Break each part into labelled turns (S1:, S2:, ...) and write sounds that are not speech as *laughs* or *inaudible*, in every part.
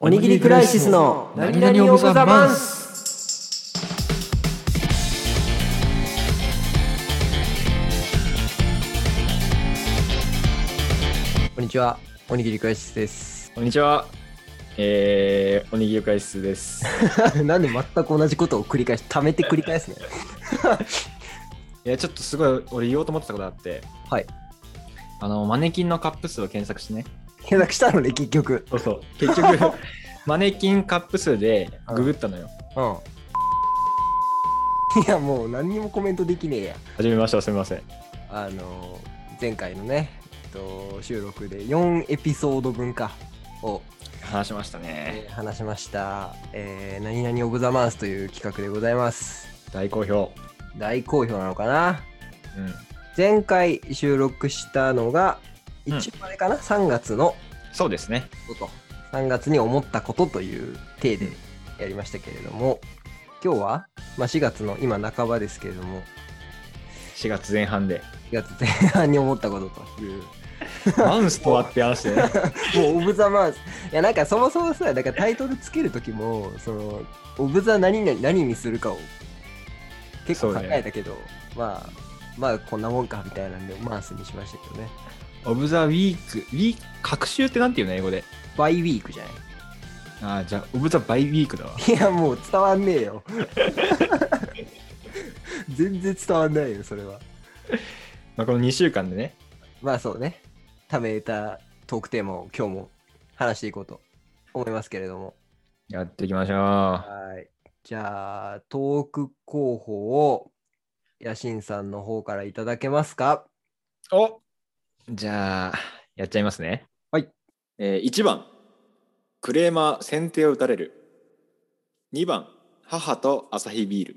S1: おにぎりクライシスの
S2: 何々オブザマンス
S1: こんにちはおにぎりクライシスです
S2: こんにちは。えー、おにぎり会室です。
S1: *laughs* なんで全く同じことを繰り返し貯めて繰り返す
S2: *laughs*
S1: ね
S2: いや、ちょっとすごい、俺言おうと思ってたことあって。
S1: はい。
S2: あの、マネキンのカップ数を検索してね。
S1: 検索したのね結局
S2: そう *laughs* そう。結局、マネキンカップ数でググったのよ。
S1: うん *laughs* いやもう何にもコメントできねえや
S2: 始めました、すみません。
S1: あの前回のね、えっと、収録で4エピソード分かを、
S2: 話しましたね。
S1: えー話しました、えー何々オブザマンスという企画でございます
S2: 大好評。
S1: 大好評なのかな
S2: うん。
S1: 前回収録したのが
S2: うん
S1: 一番あれかな、3月の
S2: そうですね。
S1: こと3月に思ったことという体でやりましたけれども今日は、まあ、4月の今半ばですけれども
S2: 4月前半で。
S1: 4月前半に思ったことという
S2: マンスとはって話でね。 *laughs*
S1: もうオブザマウスいやなんかそもそもさだからタイトルつける時もそのオブザ何々何にするかを結構考えたけど、まあまあこんなもんかみたいなんでマウスにしましたけどね
S2: オブザウィーク、ウィーク、隔週ってなんていうの英語で。
S1: バイウィークじゃない
S2: ああ、じゃあ、オブザバイウィークだわ。
S1: いやもう伝わんねえよ全然伝わんないよそれは
S2: まあ、この2週間でね。
S1: まあそうねためたトークテーマを今日も話していこうと思いますけれども
S2: やっていきましょ
S1: はいじゃあトーク候補を野心さんの方からいただけますか
S2: う。おじゃあ、やっちゃいますね。
S1: はい。
S2: えー、1番、クレーマー先手を打たれる。2番、母とアサヒビール。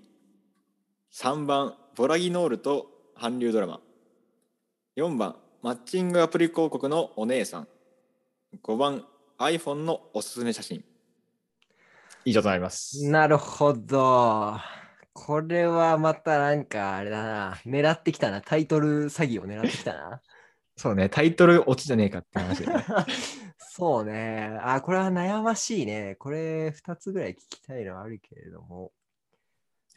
S2: 3番、ボラギノールと韓流ドラマ。4番、マッチングアプリ広告のお姉さん。5番、iPhone のおすすめ写真。以上となります。
S1: なるほどこれはまたなんかあれだな狙ってきたなタイトル詐欺を狙ってきたな。
S2: そうね、タイトル落ちじゃねえかって話で、ね *laughs*
S1: *laughs* そうね。あ、これは悩ましいね。これ2つぐらい聞きたいのはあるけれども。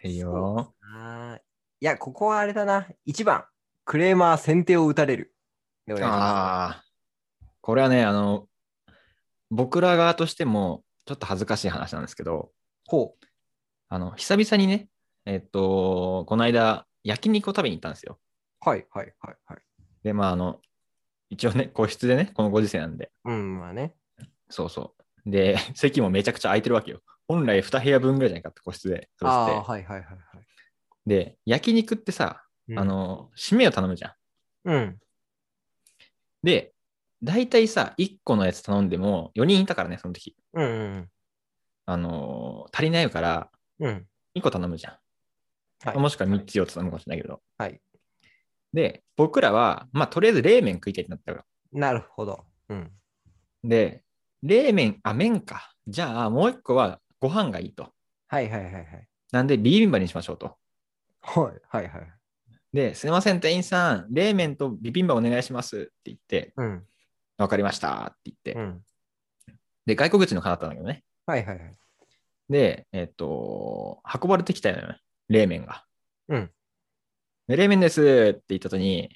S2: いい
S1: そう
S2: よ。
S1: あーいや、ここはあれだな。1番、クレーマー先手を打たれる。でお願いしま
S2: ああ、これはね、あの、僕ら側としても、ちょっと恥ずかしい話なんですけど、
S1: す。ほう。
S2: あの、久々にね、えっと、この間、焼肉を食べに行ったんですよ。
S1: はいはいはいはい。
S2: で、まあ、あの、一応ね、個室でね、このご時世なんで、
S1: うん、まあね。
S2: そうそう。で、 *laughs* 席もめちゃくちゃ空いてるわけよ。本来2部屋分ぐらいじゃないかって個室で。そ
S1: あ
S2: して
S1: あー、はいはいはいはい。
S2: で、焼肉ってさ、
S1: うん
S2: あ、の、締めを頼むじゃん。
S1: うん。
S2: で、大体さ、1個のやつ頼んでも、4人いたからね、その時。
S1: うんうん
S2: あの、足りないから、
S1: うん。うん。
S2: 2個頼むじゃん。
S1: はい
S2: もしくは3つ4つ頼むかもしれないけど。
S1: はい。
S2: で、僕らは、まあ、とりあえず冷麺食いたいってなったから。
S1: なるほど。うん。
S2: で、冷麺、あ、麺か。じゃあ、もう1個はご飯がいいと。
S1: はいはいはいはい。
S2: なんで、ビビンバにしましょうと。
S1: はいはいはい。
S2: で、すいません、店員さん、冷麺とビビンバお願いしますって言って、
S1: うん。
S2: わかりましたって言って。
S1: うん。
S2: で、外国人の方だったんだけどね。
S1: はいはいはい。
S2: で、えっ、と、運ばれてきたよね、冷麺が。
S1: うん
S2: で。冷麺ですって言った後に、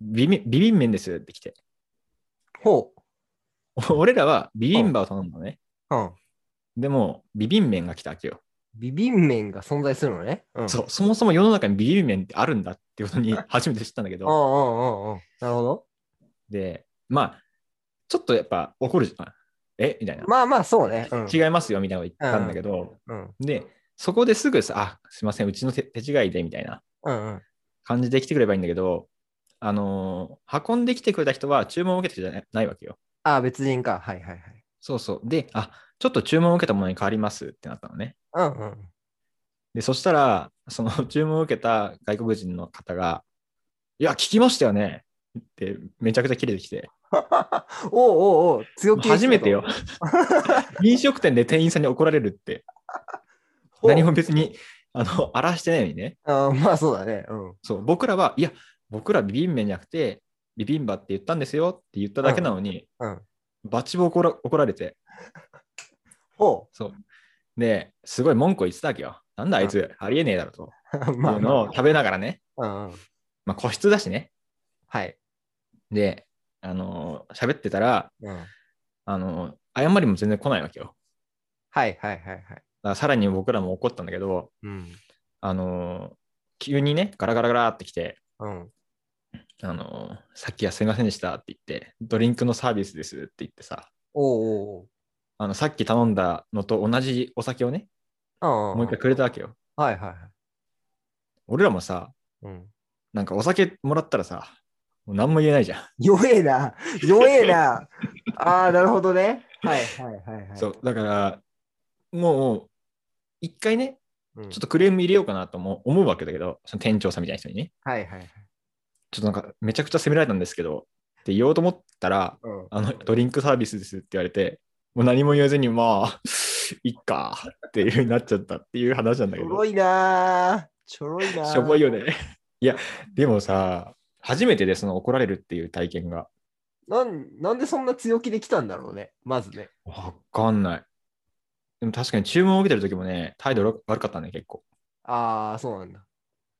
S2: ビビンビビン麺ですって来て。 *laughs*
S1: ほ
S2: 俺らはビビンバを頼んだのね。
S1: う。うん。
S2: でも、ビビン麺が来たわけよ。
S1: ビビン麺が存在するのね。うん。
S2: そう、そもそも世の中にビビン麺ってあるんだってことに *laughs* 初めて知ったんだけ
S1: うんう
S2: ど、
S1: んうんうん。なるほど。
S2: で、まあ、ちょっとやっぱ怒るじゃん。えみたいな。
S1: まあまあ、そうね。うん。
S2: 違いますよみたいなこと言ったんだけど、
S1: うん。
S2: で、そこですぐさ、あ、すいません、うちの手手違いでみたいな
S1: うんうん。
S2: 感じで来てくればいいんだけど、あのー運んできてくれた人は注文を受けてじゃないないわけよ。
S1: ああ、別人か。はいはいはい。
S2: そうそう。で、あ、ちょっと注文を受けたものに変わりますってなったのね。
S1: うんうん。 *laughs*
S2: で、そしたら、その *laughs* 注文を受けた外国人の方が、いや、聞きましたよねって、めちゃくちゃ切れてきて、
S1: おうおうおう、強気。
S2: 初め
S1: *laughs*
S2: てよ。。飲食店で店員さんに怒られるって、
S1: ほう
S2: 何も別に、あの、荒らしてないのにね。
S1: あーまあそうだね。うん。
S2: そう、僕らは、いや、僕らビビン麺じゃなくて、ビビンバって言ったんですよって言っただけなのに、
S1: うんうん
S2: バチボコら怒られて、
S1: おう *laughs*
S2: そう。で、すごい文句を言ってたわけよ。なんだあいつ、ありえねえだろと。
S1: ま
S2: い
S1: あ
S2: う
S1: ま
S2: のを食べながらね、
S1: あ、うんうん、
S2: まあ、個室だしね。
S1: はい、
S2: で、あのー喋ってたら、
S1: うん。はい
S2: あのー謝りも全然来ないわけよ。
S1: はいはいはい。
S2: だからさらに僕らも怒ったんだけど、
S1: うん。
S2: あのー急にね、ガラガラガラって来て、
S1: うん。
S2: あのーさっきはすいませんでしたって言って、ドリンクのサービスですって言ってさ、
S1: おう
S2: あのさっき頼んだのと同じお酒をね、
S1: おうおう。
S2: もう一回くれたわけよ。
S1: 回。はいはいはい。
S2: 俺らもさ、
S1: うん。
S2: なんかお酒もらったらさ、もう何も言えないじゃん。
S1: 弱えな。弱え
S2: *laughs*
S1: な。ああ、なるほどね。はいはいはいはい。
S2: そう、だから、もう、一回ね、
S1: うん。
S2: ちょっとクレーム入れようかなとも思うわけだけど、その店長さんみたいな人にね、
S1: はいはいはい。
S2: ちょっとなんかめちゃくちゃ責められたんですけど、って言おうと思ったら、
S1: うん。
S2: あの、ドリンクサービスですって言われて、もう何も言わずに、まあ、 *laughs* いっかっていう風になっちゃったっていう話なんだ
S1: ち
S2: け
S1: ょ
S2: ど
S1: ろ、いなー。ちょろいなー。
S2: しょぼいよね。いや、でもさ、初めてでその怒られるっていう体験が、
S1: なん。なんでそんな強気で来たんだろうね。まずね。
S2: わかんない。でも確かに注文を受けてる時もね、態度悪かったね、結構。
S1: ああ、そうなんだ。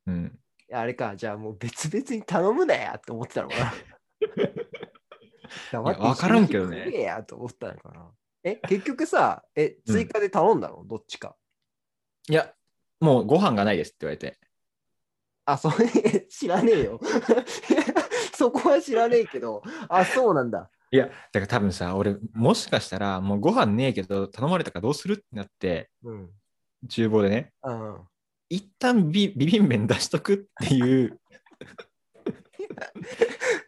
S2: うん。
S1: あれか、じゃあもう別々に頼むなやって思ってたのか
S2: *laughs*
S1: な。
S2: いやわからんけどね
S1: いやと思ったのかな。え、結局さ、え、追加で頼んだの、どっちか。
S2: いや、もうご飯がないですって言われて。
S1: あ、それ *laughs* 知らねえよ。 *laughs* そこは知らねえけど、あ、そうなんだ。
S2: いや、だから多分さ、俺、もしかしたら、もうご飯ねえけど、頼まれたからどうするってなって、
S1: うん。
S2: 厨房でね、
S1: うん、
S2: 一旦ビビビン麺出しとくっていう、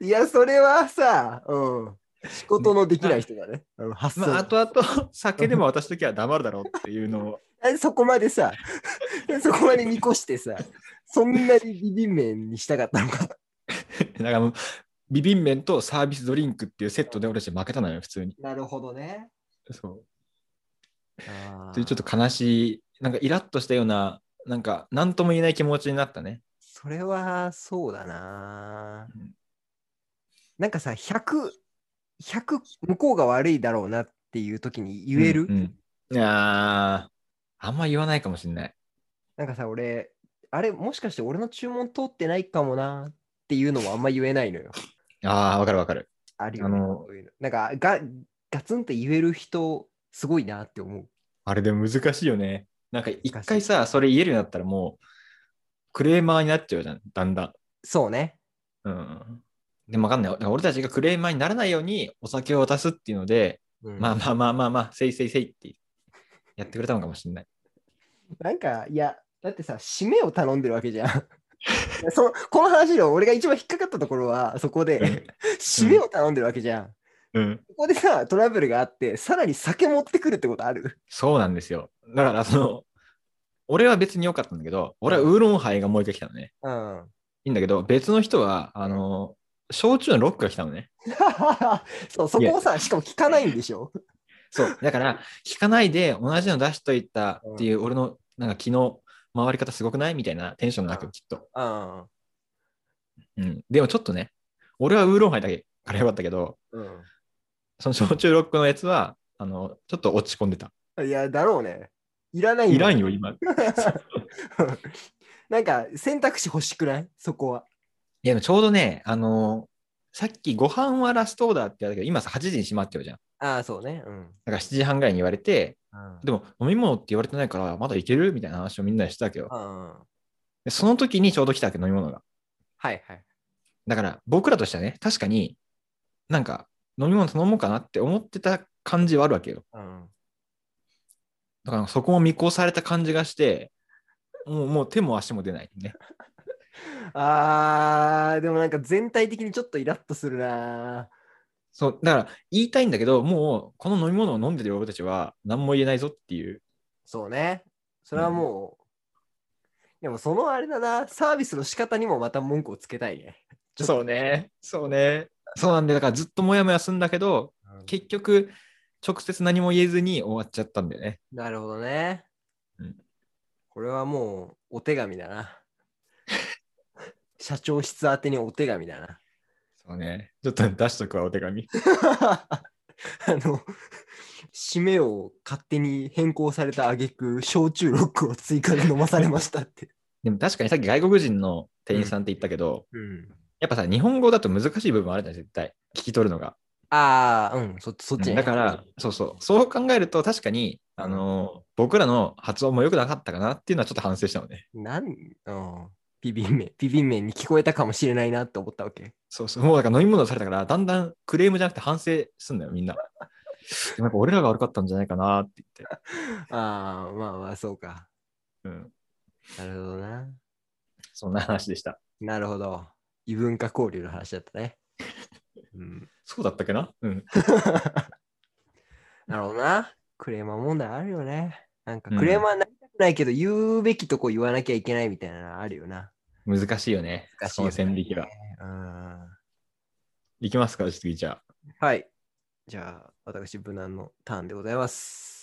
S1: いや、それはさ、うん。仕事のできない人だね。うん、発想
S2: *laughs* まあ、後々酒 *laughs* でも渡しときは黙るだろうっていう *laughs* のを、
S1: なんでそこまでさ、 *laughs* なんでそこまで見越してさ、そんなにビビン麺にしたかったのか。
S2: だからもう、ビビン麺とサービスドリンクっていうセットで俺たち負けたのよ、普通に。
S1: なるほどね。
S2: そう。
S1: あ
S2: というちょっと悲しい、なんかイラッとしたような、なんか、なんとも言えない気持ちになったね。
S1: それはそうだな
S2: うん。
S1: なんかさ、100、100向こうが悪いだろうなっていう時に言える、
S2: うんうんあーあんま言わないかもしれない。
S1: なんかさ、俺、あれ、もしかして俺の注文通ってないかもなっていうのもあんま言えないの
S2: *laughs*
S1: よ。
S2: ああ、わかるわかる。
S1: あるよね
S2: あの
S1: そういうのなんかが、ガツンって言える人、すごいなって思う。
S2: あれでも難しいよね。なんか一
S1: 難
S2: 回さ、それ言えるようになったらもうクレーマーになっちゃうじゃん、だんだん。
S1: そうね。
S2: うん。でもわかんない。だから俺たちがクレーマーにならないようにお酒を渡すっていうので、
S1: うん
S2: まあまあまあまあまあ、せいせいせいってやってくれたのかもしれない。
S1: なんか、いや、だってさ、締めを頼んでるわけじゃん。 *laughs* いやそこの話の俺が一番引っかかったところは、そこで、締めを頼んでるわけじゃん。
S2: うん。
S1: ここでさ、トラブルがあって、さらに酒持ってくるってことある
S2: そうなんですよ。だからその、俺は別に良かったんだけど、俺はウーロンハイがもう一回来たのね。
S1: うん。
S2: いいんだけど、別の人は、あの、焼酎のロックが来たのね。
S1: そう、そこをさ、しかも聞かないんでしょ
S2: そう、だから、聞かないで同じの出しといたっていう、俺の、なんか昨日、回り方すごくないみたいなテンションな
S1: う
S2: く、
S1: ん
S2: きっと。
S1: うん。
S2: うん。でもちょっとね、俺はウーロンハイだけからよかったけど、
S1: う
S2: その焼酎ロックのやつは、あの、ちょっと落ち込んでた。
S1: ん。いや、だろうね。いらない
S2: いらん
S1: よ。
S2: よ、今。い
S1: *laughs* なんか、選択肢欲しくないそこは。
S2: や、でもちょうどね、あの、さっきご飯はラストオーダーって言われたけど、今さ、8時に閉まっちゃうじゃん。
S1: ああ、そうね。うん。
S2: だから7時半ぐらいに言われて、
S1: うん
S2: でも飲み物って言われてないから、まだいけるみたいな話をみんなでしてたわけど、
S1: うん。
S2: でその時にちょうど来たわけ、飲み物が。
S1: はいはい。
S2: だから僕らとしてはね、確かになんか飲み物頼もうかなって思ってた感じはあるわけよ。
S1: うん。
S2: だからそこも見越された感じがして、もうもう手も足も出ないね。
S1: あー、でもなんか全体的にちょっとイラッとするな
S2: そう、だから言いたいんだけど、もうこの飲み物を飲んでる俺たちは何も言えないぞっていう。
S1: そうね。それはもう、でもそのあれだな、サービスの仕方にもまた文句をつけたいね。ちょっと
S2: そうね、そうね。そうなんで、だからずっともやもやするんだけど、結局、直接何も言えずに終わっちゃったんだよね。
S1: なるほどね。
S2: うん
S1: これはもうお手紙だな。社長室宛てにお手紙だな。 *laughs*
S2: そうね。ちょっと出しとくわ、お手紙。
S1: あの、締めを勝手に変更された挙句焼酎ロックを追加で飲まされましたって。
S2: でも確かにさっき外国人の店員さんって言ったけど、
S1: うん。
S2: やっぱさ、日本語だと難しい部分あるじゃん、絶対。聞き取るのが。
S1: ああ、うん、そそっち、ね、
S2: だから、、そうそう。そう考えると、確かに、あのー僕らの発音も良くなかったかなっていうのはちょっと反省したのね。
S1: なん、うん、ビビン麺、ビビン麺に聞こえたかもしれないなって思ったわけ。
S2: そうそう。もうだから飲み物されたから、だんだんクレームじゃなくて反省すんだよ、みんな。でもやっぱ俺らが悪かったんじゃないかなって言って。
S1: ああ、まあまあ、そうか。
S2: うん。
S1: なるほどな。
S2: そんな話でした。
S1: なるほど。異文化交流の話だったね。うん、
S2: そうだったっけなうん。
S1: なるほどな。クレーマー問題あるよね。なんか
S2: うん
S1: クレーマーになりたくないけど、言うべきとこ言わなきゃいけないみたいなのあるよな。
S2: 難しいよね。
S1: 難しい
S2: そ
S1: よね
S2: の線引きは。
S1: うん
S2: いきますか、次じゃあ。
S1: はい。じゃあ、私、無難のターンでございます。